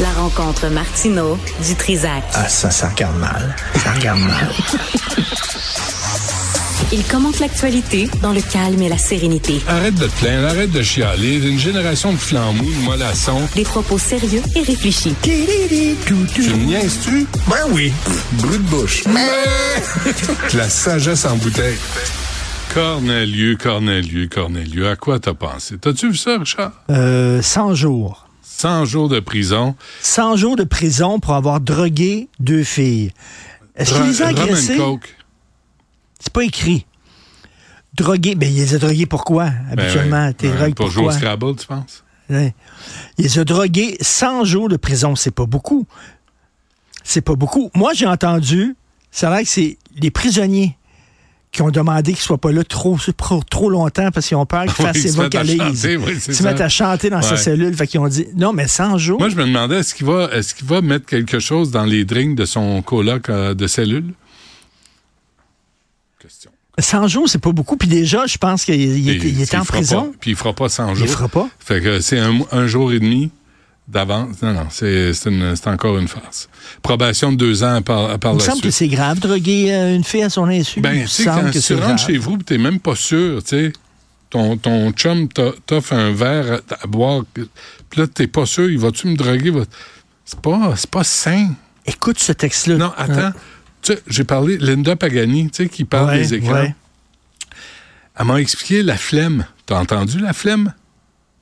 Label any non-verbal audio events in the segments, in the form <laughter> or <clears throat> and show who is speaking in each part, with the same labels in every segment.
Speaker 1: La rencontre Martino du Trizac.
Speaker 2: Ah, ça, ça regarde mal. Ça regarde mal.
Speaker 1: Il commente l'actualité dans le calme et la sérénité.
Speaker 3: Arrête de te plaindre, arrête de chialer. Une génération de flambous, de mollassons.
Speaker 1: Des propos sérieux et réfléchis.
Speaker 3: Tu me niaises-tu?
Speaker 2: Ben oui.
Speaker 3: Brut de bouche. <laughs> La sagesse en bouteille. Cornelieu, Cornelieu, Cornelieu, à quoi t'as pensé? T'as-tu vu ça, Richard?
Speaker 4: Euh, 100 jours.
Speaker 3: 100 jours de prison.
Speaker 4: 100 jours de prison pour avoir drogué deux filles. Est-ce qu'il les a
Speaker 3: Rum- rum and
Speaker 4: agressées?
Speaker 3: coke.
Speaker 4: C'est pas écrit. Drogué, ben il les a drogués pourquoi,
Speaker 3: Ben
Speaker 4: habituellement?
Speaker 3: ouais.
Speaker 4: T'es
Speaker 3: Ouais,
Speaker 4: drogues
Speaker 3: Pour jouer au
Speaker 4: pourquoi?
Speaker 3: Scrabble, tu penses?
Speaker 4: Ouais. Hein? Il les a drogués 100 jours de prison, c'est pas beaucoup. C'est pas beaucoup. Moi, j'ai entendu, ça a l'air que c'est les prisonniers qui ont demandé qu'ils soient pas là trop, trop, trop longtemps parce qu'ils ont peur qu'ils
Speaker 3: <laughs> Oui,
Speaker 4: fassent
Speaker 3: ils
Speaker 4: des
Speaker 3: se mettent à
Speaker 4: vocalises.
Speaker 3: chanter, oui, c'est
Speaker 4: Ils se mettent
Speaker 3: ça.
Speaker 4: à chanter dans sa
Speaker 3: Ouais.
Speaker 4: cellule. Fait qu'ils ont dit, non, mais 100 jours.
Speaker 3: Moi, je me demandais, est-ce qu'il va, est qu'il va mettre quelque chose dans les drinks de son coloc euh, de cellule? Question.
Speaker 4: 100 jours, c'est pas beaucoup. Puis déjà, je pense qu'il il
Speaker 3: Et
Speaker 4: était, il était
Speaker 3: il
Speaker 4: en
Speaker 3: fera
Speaker 4: prison.
Speaker 3: pas- puis il fera pas 100
Speaker 4: Il
Speaker 3: jours.
Speaker 4: fera pas.
Speaker 3: Fait que c'est un, un jour et demi d'avance. Non, non, c'est c'est une- c'est encore une farce. Probation de deux ans par, par
Speaker 4: Il me
Speaker 3: la
Speaker 4: semble que
Speaker 3: suite.
Speaker 4: c'est grave droguer euh, une fille à son insu. Il
Speaker 3: Ben,
Speaker 4: me
Speaker 3: tu sais,
Speaker 4: semble
Speaker 3: quand
Speaker 4: que
Speaker 3: tu
Speaker 4: c'est
Speaker 3: rentres
Speaker 4: grave.
Speaker 3: chez vous, tu même pas sûr, tu sais. Ton, ton chum t'a- t'offre un verre à, à boire, puis là, t'es pas sûr, il va-tu me droguer? va- C'est pas, c'est pas sain.
Speaker 4: Écoute ce texte-là.
Speaker 3: Non, attends.
Speaker 4: Hein?
Speaker 3: Tu sais, j'ai parlé, Linda Pagani, tu sais, qui parle
Speaker 4: Ouais,
Speaker 3: des écrans.
Speaker 4: ouais.
Speaker 3: Elle m'a expliqué la flemme. T'as entendu la flemme?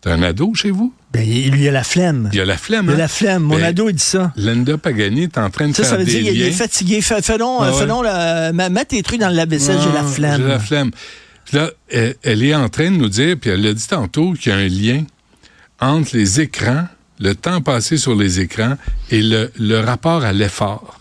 Speaker 3: T'as un ado chez vous?
Speaker 4: Ben, il lui a la flemme.
Speaker 3: Il y a la flemme.
Speaker 4: Il a
Speaker 3: hein?
Speaker 4: la flemme. Mon
Speaker 3: Ben,
Speaker 4: ado, il dit ça.
Speaker 3: Linda Pagani est en train de
Speaker 4: Ça,
Speaker 3: faire
Speaker 4: ça veut
Speaker 3: des
Speaker 4: dire qu'il
Speaker 3: liens.
Speaker 4: est fatigué. Fais, fais donc,
Speaker 3: Ah
Speaker 4: euh,
Speaker 3: ouais.
Speaker 4: fais donc le- ma- mets tes trucs dans le lave-vaisselle, j'ai la
Speaker 3: Ah,
Speaker 4: flemme.
Speaker 3: J'ai la flemme. Puis Là, elle, elle est en train de nous dire, puis elle l'a dit tantôt, qu'il y a un lien entre les écrans, le temps passé sur les écrans et le, le rapport à l'effort.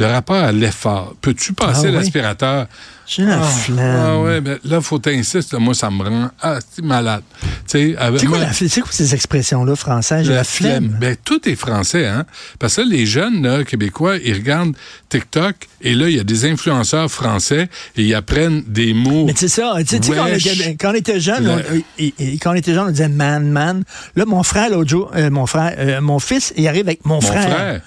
Speaker 3: Le rapport à l'effort. Peux-tu passer
Speaker 4: Ah oui.
Speaker 3: l'aspirateur?
Speaker 4: J'ai la
Speaker 3: Ah,
Speaker 4: flemme.
Speaker 3: ah ouais, ben là, faut t'insiste. Moi, ça me rend ah, c'est malade. Tu sais, avec-
Speaker 4: C'est quoi,
Speaker 3: moi,
Speaker 4: la fl- c'est quoi ces expressions-là, françaises? J'ai la, flemme.
Speaker 3: Ben, tout est français, hein? Parce que là, les jeunes là, québécois, ils regardent TikTok et là, il y a des influenceurs français et ils apprennent des mots.
Speaker 4: Mais c'est ça, tu sais, tu sais, quand on
Speaker 3: Wesh.
Speaker 4: était, quand on était jeune,
Speaker 3: Le-
Speaker 4: on- euh, et- et- quand on était jeune, on disait man, man. Là, mon frère, l'autre jour, euh, mon frère, euh, mon fils, il arrive avec mon,
Speaker 3: Mon frère.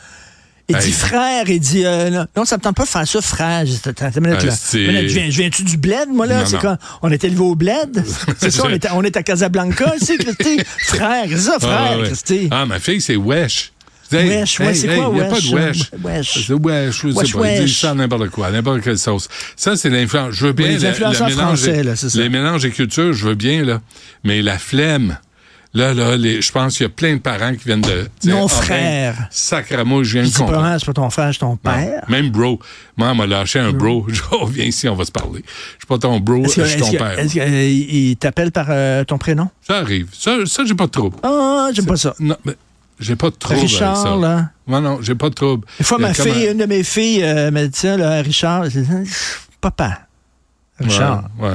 Speaker 4: Il dit
Speaker 3: Hey.
Speaker 4: frère, il dit euh, non, non, ça me tente pas de faire ça, frère. J'ai dit, Attends, attends une minute,
Speaker 3: Ah,
Speaker 4: là.
Speaker 3: c'est-
Speaker 4: Une minute, je viens- je viens-tu du bled, moi, là?
Speaker 3: Non,
Speaker 4: C'est
Speaker 3: non.
Speaker 4: quand on était élevé au
Speaker 3: <laughs>
Speaker 4: bled? c'est ça, on
Speaker 3: Je-
Speaker 4: est, à- on est à Casablanca, c'est
Speaker 3: <laughs>
Speaker 4: Christy. frère, c'est ça, frère,
Speaker 3: Ah, ouais.
Speaker 4: Christy.
Speaker 3: Ah, ma fille, c'est wesh. Je dis,
Speaker 4: Wesh, ouais, c'est quoi,
Speaker 3: Il n'y a pas
Speaker 4: wesh,
Speaker 3: de wesh.
Speaker 4: euh, wesh?
Speaker 3: C'est wesh, je
Speaker 4: Wesh,
Speaker 3: sais pas. Ils disent
Speaker 4: wesh.
Speaker 3: ça à n'importe quoi, à n'importe quelle sauce. Ça, c'est l'influence. Je veux bien.
Speaker 4: Oui, les
Speaker 3: le- le
Speaker 4: influenceurs
Speaker 3: mélange
Speaker 4: français,
Speaker 3: des-
Speaker 4: là, c'est ça.
Speaker 3: Les mélanges des cultures, je veux bien, là. Mais la flemme. Là, là, les- je pense qu'il y a plein de parents qui viennent de. dire,
Speaker 4: Mon
Speaker 3: ah, ben,
Speaker 4: frère.
Speaker 3: Sacrement, je viens
Speaker 4: Je
Speaker 3: de
Speaker 4: dis
Speaker 3: comprendre.
Speaker 4: pas, c'est pas ton frère, c'est ton
Speaker 3: Non.
Speaker 4: père.
Speaker 3: Même bro. Moi, elle m'a lâché un bro. <laughs> Je dis, oh, viens ici, on va se parler. Je suis pas ton bro,
Speaker 4: Mm. Est-ce que-
Speaker 3: je suis
Speaker 4: est-ce
Speaker 3: ton
Speaker 4: que-
Speaker 3: père.
Speaker 4: est-ce que, euh, il il t'appelle par euh, ton prénom?
Speaker 3: Ça arrive. Ça, ça j'ai pas de trouble.
Speaker 4: Ah, j'aime pas ça.
Speaker 3: Non, mais j'ai pas de trouble. avec ça.
Speaker 4: Richard, là.
Speaker 3: Non, non, j'ai pas de trouble. Euh,
Speaker 4: Une fois,
Speaker 3: Il y a
Speaker 4: ma
Speaker 3: comme
Speaker 4: fille,
Speaker 3: un-
Speaker 4: une de mes filles, euh, me dit ça, là, Richard, elle dit, papa. Richard.
Speaker 3: Ouais, ouais.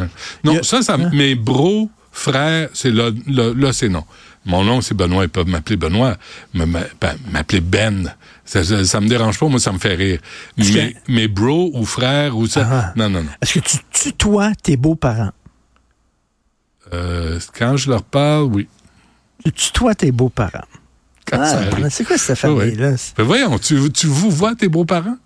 Speaker 4: Il
Speaker 3: Non,
Speaker 4: y a- Hein?
Speaker 3: ça, ça. Mes bros, frères, c'est là, là, là, c'est non. Mon nom, c'est Benoît. Ils peuvent m'appeler Benoît, mais m'a- ben, m'appeler Ben. Ça, ça, ça me dérange pas, moi, ça me fait rire.
Speaker 4: Est-ce
Speaker 3: Mais, mes bros ou frères ou ça.
Speaker 4: Ah.
Speaker 3: Non, non, non.
Speaker 4: Est-ce que tu tutoies tes beaux-parents?
Speaker 3: Euh, quand je leur parle, oui.
Speaker 4: Tu tutoies tes beaux-parents.
Speaker 3: Quand
Speaker 4: Ah,
Speaker 3: ça arrive.
Speaker 4: mais c'est quoi cette
Speaker 3: Ah ouais.
Speaker 4: famille-là? C'est-
Speaker 3: Ben voyons, tu, tu vous vois tes beaux-parents?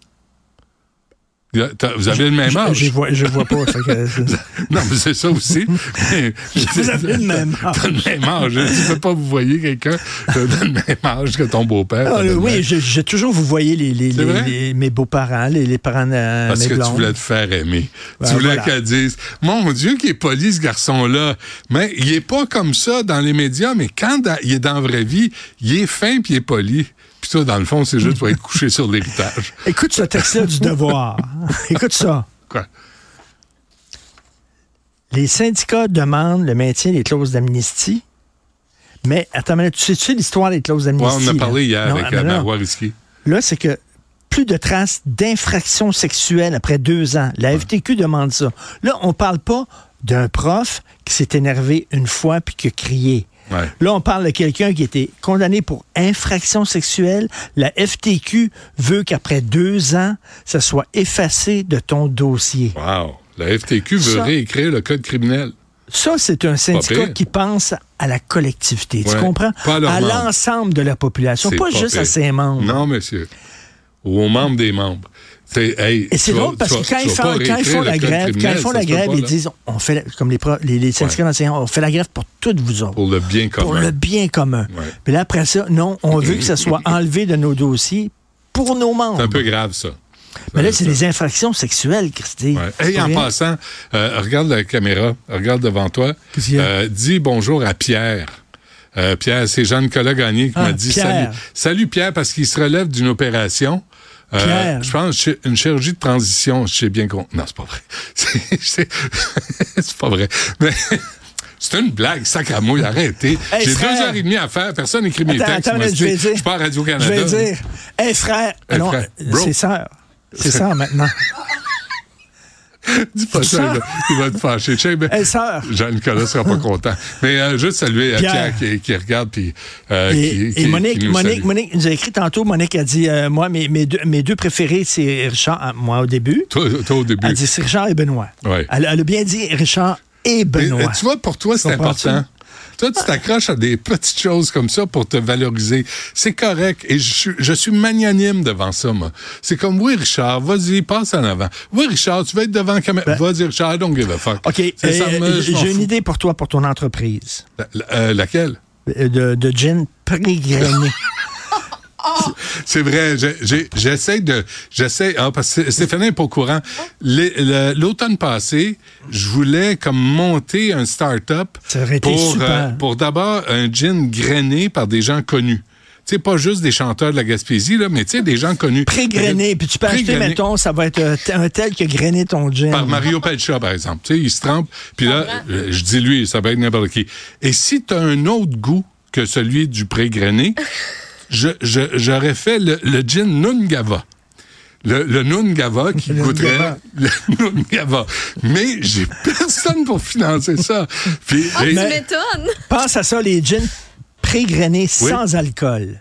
Speaker 3: Là, t'as- Vous avez le même
Speaker 4: Je- Je
Speaker 3: âge?
Speaker 4: vois, je vois pas. fait que c'est-
Speaker 3: <laughs> Non, mais c'est ça aussi.
Speaker 4: <laughs> Vous avez le même âge.
Speaker 3: <laughs> T'as le même âge. Tu peux pas vous voyez quelqu'un de de le même âge que ton beau-père.
Speaker 4: Ah,
Speaker 3: t'as le
Speaker 4: oui,
Speaker 3: même-
Speaker 4: je- j'ai toujours, vous voyez, les, les-
Speaker 3: C'est
Speaker 4: les-
Speaker 3: vrai?
Speaker 4: les- mes beaux-parents, les, les parents de euh,
Speaker 3: Parce
Speaker 4: mes
Speaker 3: que tu
Speaker 4: blondes.
Speaker 3: voulais te faire aimer.
Speaker 4: Ben,
Speaker 3: tu voulais
Speaker 4: voilà.
Speaker 3: qu'elle dise Mon Dieu, qui est poli, ce garçon-là. Mais il est pas comme ça dans les médias, mais quand dans- il est dans la vraie vie, il est fin puis il est poli. Puis toi, dans le fond, c'est juste pour être couché sur l'héritage.
Speaker 4: Écoute ce texte-là
Speaker 3: <laughs>
Speaker 4: du devoir. Écoute ça.
Speaker 3: Quoi?
Speaker 4: Les syndicats demandent le maintien des clauses d'amnistie. Mais attends, une minute, tu sais, tu sais l'histoire des clauses
Speaker 3: Ouais,
Speaker 4: d'amnistie?
Speaker 3: on en a
Speaker 4: là?
Speaker 3: parlé hier
Speaker 4: hein. Non,
Speaker 3: avec
Speaker 4: mais
Speaker 3: euh,
Speaker 4: non.
Speaker 3: Marois Risky.
Speaker 4: Là, c'est que plus de traces d'infractions sexuelles après deux ans. La FTQ demande ça. Là, on parle pas d'un prof qui s'est énervé une fois puis qui a crié.
Speaker 3: Ouais.
Speaker 4: Là, on parle de quelqu'un qui était condamné pour infraction sexuelle. La FTQ veut qu'après deux ans, ça soit effacé de ton dossier.
Speaker 3: Wow. La FTQ veut
Speaker 4: Ça-
Speaker 3: réécrire le code criminel.
Speaker 4: Ça, c'est un syndicat
Speaker 3: pire.
Speaker 4: qui pense à la collectivité. Tu
Speaker 3: Ouais.
Speaker 4: comprends?
Speaker 3: Pas à leurs membres.
Speaker 4: l'ensemble de la population,
Speaker 3: C'est
Speaker 4: pas, juste
Speaker 3: pire.
Speaker 4: à ses membres.
Speaker 3: Non, monsieur. Ou aux membres des membres. C'est- hey,
Speaker 4: Et c'est
Speaker 3: tu vas-
Speaker 4: drôle parce
Speaker 3: tu vas-
Speaker 4: que quand
Speaker 3: tu
Speaker 4: ils
Speaker 3: vas
Speaker 4: font,
Speaker 3: pas
Speaker 4: quand ils
Speaker 3: réécrire
Speaker 4: font
Speaker 3: le
Speaker 4: la
Speaker 3: code
Speaker 4: grève, quand
Speaker 3: criminel,
Speaker 4: ils font
Speaker 3: ça
Speaker 4: la
Speaker 3: se peut
Speaker 4: grève,
Speaker 3: pas,
Speaker 4: ils
Speaker 3: là.
Speaker 4: disent on fait la- comme les, pro- les, les syndicats d'enseignants, on fait la grève pour toutes vous autres.
Speaker 3: Pour le bien commun.
Speaker 4: pour le bien commun.
Speaker 3: Ouais.
Speaker 4: Puis là, après ça, non, on veut que ça
Speaker 3: <clears throat>
Speaker 4: soit enlevé de nos dossiers pour nos membres.
Speaker 3: C'est un peu grave, ça. Euh,
Speaker 4: Mais Ben là,
Speaker 3: Ça-
Speaker 4: c'est des infractions sexuelles, Christy.
Speaker 3: Ouais.
Speaker 4: C'est
Speaker 3: Hey,
Speaker 4: pas
Speaker 3: en
Speaker 4: rien.
Speaker 3: passant, euh, regarde la caméra, regarde devant toi.
Speaker 4: Qu'est-ce qu'il y a?
Speaker 3: Euh, dis bonjour à Pierre. Euh, Pierre, c'est Jean-Nicolas Gagné qui
Speaker 4: Ah,
Speaker 3: m'a dit
Speaker 4: Pierre.
Speaker 3: salut. Salut Pierre, parce qu'il se relève d'une opération. Euh,
Speaker 4: Pierre.
Speaker 3: je pense chi- une chirurgie de transition, je sais bien qu'on. Non, c'est pas vrai. <laughs> C'est- C'est <laughs> c'est pas vrai. Mais <laughs> c'est une blague, sac à mouille, arrêtez.
Speaker 4: Hey,
Speaker 3: J'ai deux
Speaker 4: frère.
Speaker 3: heures et demie à faire, personne n'écrit mes
Speaker 4: Attends,
Speaker 3: textes.
Speaker 4: attends,
Speaker 3: moi,
Speaker 4: je vais
Speaker 3: c'est-
Speaker 4: dire.
Speaker 3: je pars à
Speaker 4: Je
Speaker 3: Radio-Canada.
Speaker 4: vais dire, hé frère,
Speaker 3: Hey,
Speaker 4: non,
Speaker 3: frère. Bro.
Speaker 4: c'est sœur. C'est sœur maintenant.
Speaker 3: Dis pas
Speaker 4: <laughs>
Speaker 3: ça,
Speaker 4: Ça.
Speaker 3: il va- il va te fâcher. Tu sais, mais-
Speaker 4: Hé sœur.
Speaker 3: Jean-Nicolas sera pas content. Mais euh, juste saluer euh, Pierre,
Speaker 4: Pierre.
Speaker 3: qui, qui regarde puis euh,
Speaker 4: Et,
Speaker 3: qui,
Speaker 4: et
Speaker 3: qui-
Speaker 4: Monique,
Speaker 3: qui nous
Speaker 4: Monique,
Speaker 3: salue.
Speaker 4: Monique nous a écrit tantôt, Monique a dit, euh, moi, mes, mes deux, mes deux préférés, c'est Richard, euh, moi au début.
Speaker 3: Toi, toi, au début.
Speaker 4: Elle dit, c'est Richard et Benoît.
Speaker 3: Ouais.
Speaker 4: Elle, elle a bien dit Richard et
Speaker 3: Mais,
Speaker 4: Benoît.
Speaker 3: euh, tu vois, pour toi, c'est
Speaker 4: Comprends-tu?
Speaker 3: important. Toi, tu t'accroches à des petites choses comme ça pour te valoriser. C'est correct. Et je, suis- je suis magnanime devant ça, moi. C'est comme, oui, Richard, vas-y, passe en avant. Oui, Richard, tu vas être devant la caméra. Vas-y, Richard, I don't give a fuck.
Speaker 4: Ben OK,
Speaker 3: C'est ça,
Speaker 4: euh,
Speaker 3: moi, je m'en
Speaker 4: j'ai une
Speaker 3: fous.
Speaker 4: idée pour toi, pour ton entreprise.
Speaker 3: La- la- euh, laquelle?
Speaker 4: Euh, De, de gin
Speaker 3: <laughs>
Speaker 4: pré-grainé.
Speaker 3: C'est vrai, j'ai- j'ai- j'essaie de. J'essaie. Ah, parce que Stéphanie est pas au courant. Les- le- L'automne passé, je voulais comme monter un start-up
Speaker 4: Ça aurait été
Speaker 3: pour, euh,
Speaker 4: super.
Speaker 3: pour d'abord un gin grainé par des gens connus. Tu sais, pas juste des chanteurs de la Gaspésie, là, mais tu sais, des gens connus.
Speaker 4: Pré-grainé, puis tu peux acheter,
Speaker 3: Pré-grainé.
Speaker 4: mettons, ça va être euh, t- un tel que grainer ton gin.
Speaker 3: Par Mario Pelcha, par exemple. Tu sais, il se trempe. Puis là, euh, je dis lui, ça peut être n'importe qui. Et si tu as un autre goût que celui du pré-grené, je- je- j'aurais fait le, le gin Nungava. Le, le Nungava qui
Speaker 4: Le
Speaker 3: goûterait
Speaker 4: Nungava.
Speaker 3: <laughs> le Nungava. Mais
Speaker 4: <laughs>
Speaker 3: j'ai personne pour financer ça. Puis, et-
Speaker 5: Tu
Speaker 4: Mais-
Speaker 5: m'étonnes.
Speaker 4: Pense à ça, les gins pré-grainés sans alcool.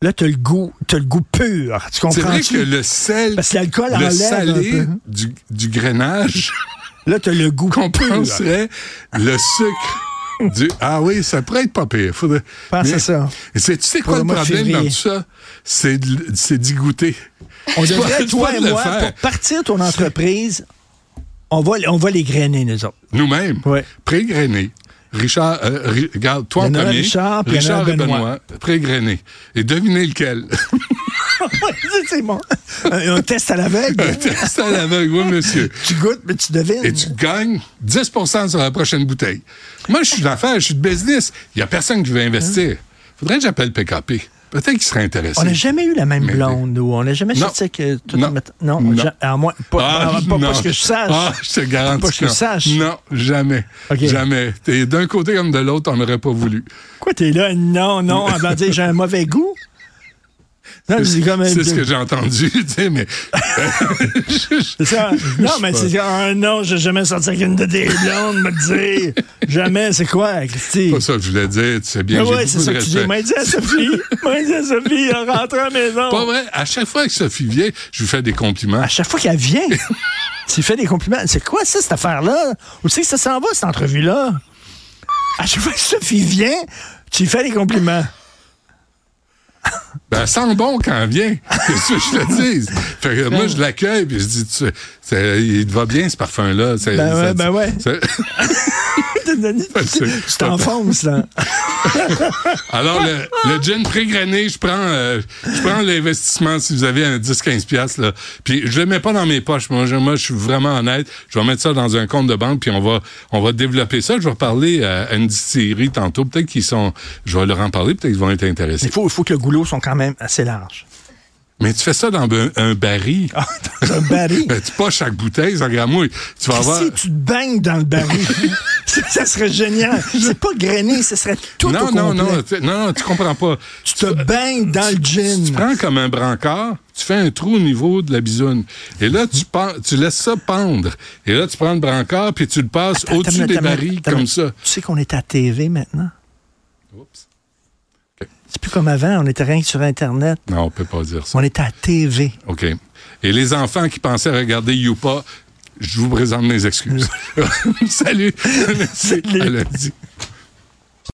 Speaker 4: Là, t'as le goût, t'as le goût pur. Tu
Speaker 3: c'est vrai que
Speaker 4: comprends-tu?
Speaker 3: le sel,
Speaker 4: Parce que l'alcool
Speaker 3: le
Speaker 4: enlève un
Speaker 3: salé
Speaker 4: peu, hein.
Speaker 3: du, du grainage <laughs>
Speaker 4: Là, t'as le goût pur.
Speaker 3: compenserait le sucre du... Ah oui, ça pourrait être pas pire. Faudrait-
Speaker 4: Pense à ça.
Speaker 3: Et c'est- tu sais
Speaker 4: Pour
Speaker 3: quoi
Speaker 4: le
Speaker 3: le
Speaker 4: mois de
Speaker 3: problème dans
Speaker 4: février.
Speaker 3: tout ça? C'est de l- c'est d'y goûter.
Speaker 4: On
Speaker 3: C'est pas-
Speaker 4: devrait,
Speaker 3: c'est
Speaker 4: toi
Speaker 3: pas
Speaker 4: et
Speaker 3: de le
Speaker 4: moi,
Speaker 3: faire.
Speaker 4: pour partir ton entreprise, on va, on va les grainer, nous autres. <laughs>
Speaker 3: Nous-mêmes,
Speaker 4: Ouais.
Speaker 3: pré-grainé. Richard, euh, Ri- regarde, toi en
Speaker 4: Il y en a un
Speaker 3: premier.
Speaker 4: Richard, puis il y en a un
Speaker 3: Richard et
Speaker 4: Benoît.
Speaker 3: Benoît, pré-grainé. Et
Speaker 4: <laughs>
Speaker 3: devinez lequel? <laughs>
Speaker 4: C'est bon. Un, un test à l'aveugle.
Speaker 3: Test à l'aveugle, oui, monsieur.
Speaker 4: tu goûtes, mais tu devines.
Speaker 3: Et tu gagnes 10 sur la prochaine bouteille. Moi, je suis d'affaires, je suis de business. Il n'y a personne qui veut investir. Faudrait que j'appelle PKP. Peut-être qu'il serait intéressé.
Speaker 4: Hein? On n'a jamais eu la même
Speaker 3: Mais-
Speaker 4: blonde, nous. On n'a jamais
Speaker 3: Non.
Speaker 4: sorti que... tout-
Speaker 3: Non.
Speaker 4: Non,
Speaker 3: Non.
Speaker 4: ja- à moins... Pas,
Speaker 3: Ah,
Speaker 4: à- pas- pas
Speaker 3: non.
Speaker 4: que je sache.
Speaker 3: Ah, je te garantis.
Speaker 4: Pas que je
Speaker 3: non.
Speaker 4: sache.
Speaker 3: Non, jamais.
Speaker 4: OK.
Speaker 3: Jamais. Et d'un côté comme de l'autre, on n'aurait pas voulu.
Speaker 4: Quoi, t'es là? Non, <laughs> non, en blanc, dire j'ai un mauvais goût? Non, mais c'est comme...
Speaker 3: C'est ce que j'ai entendu, <laughs> tu sais, mais euh,
Speaker 4: C'est ça. <laughs> Non, mais c'est comme, ah non, j'ai jamais sorti avec une de tes blondes, me dire. Jamais, c'est quoi, Christy?
Speaker 3: pas ça que je voulais dire, tu sais bien.
Speaker 4: Ah
Speaker 3: j'ai
Speaker 4: ouais,
Speaker 3: beaucoup
Speaker 4: c'est
Speaker 3: de
Speaker 4: ça que tu dis.
Speaker 3: respect.
Speaker 4: M'a dit à Sophie, <laughs> m'a dit à Sophie, en rentrant à la maison.
Speaker 3: Pas vrai, à chaque fois que Sophie vient, je lui fais des compliments.
Speaker 4: À chaque fois qu'elle vient, tu fais des compliments. C'est quoi ça, cette affaire-là? Où c'est que ça s'en va, cette entrevue-là? À chaque fois que Sophie vient, tu lui fais des compliments. <laughs>
Speaker 3: Ben, elle sent bon quand
Speaker 4: <laughs>
Speaker 3: elle vient, c'est ce que je te dis. Fait que moi, je
Speaker 4: Ben.
Speaker 3: l'accueille, puis je dis, tu, c'est- il te va bien, ce parfum-là. C'est-
Speaker 4: Ben ouais,
Speaker 3: ça-
Speaker 4: ben ouais.
Speaker 3: c'est- <laughs>
Speaker 4: tu tu t'enfonces, là.
Speaker 3: Alors, le, le gin pré-grainé, je prends, euh, je prends l'investissement si vous avez un 10-15$. piastres, Là. Puis je le mets pas dans mes poches. Moi, je, moi, je suis vraiment honnête. Je vais mettre ça dans un compte de banque, puis on va, on va développer ça. Je vais parler à à une distillerie tantôt. Peut-être qu'ils sont. Je vais leur en parler, peut-être qu'ils vont être intéressés.
Speaker 4: Il faut, faut que le goulot soit quand même assez large.
Speaker 3: Mais tu fais ça dans un, un baril.
Speaker 4: Ah, dans un baril.
Speaker 3: Ben, tu pas chaque bouteille, ça gramouille. Tu vas avoir.
Speaker 4: Si tu te baignes dans le
Speaker 3: <laughs>
Speaker 4: baril, ça, ça serait génial. C'est pas grainé, ce serait tout au
Speaker 3: non,
Speaker 4: complet.
Speaker 3: non, non, tu- non, non, tu comprends pas.
Speaker 4: Tu te baignes dans le
Speaker 3: Tu
Speaker 4: gin.
Speaker 3: prends comme un brancard, tu fais un trou au niveau de la bisoune. Et là, tu, pen- tu laisses ça pendre. Et là, tu prends le brancard, puis tu le passes
Speaker 4: Attends,
Speaker 3: au-dessus
Speaker 4: attends,
Speaker 3: des
Speaker 4: attends,
Speaker 3: barils,
Speaker 4: attends,
Speaker 3: comme
Speaker 4: attends.
Speaker 3: ça.
Speaker 4: Tu sais qu'on est à TV maintenant.
Speaker 3: Oups.
Speaker 4: C'est plus comme avant, on était rien que sur Internet.
Speaker 3: Non, on peut pas dire ça.
Speaker 4: On était à TV.
Speaker 3: OK. Et les enfants qui pensaient regarder Youpa,
Speaker 4: <laughs>
Speaker 3: je vous présente mes excuses. <laughs> Salut. Merci.
Speaker 4: Salut.
Speaker 3: À lundi.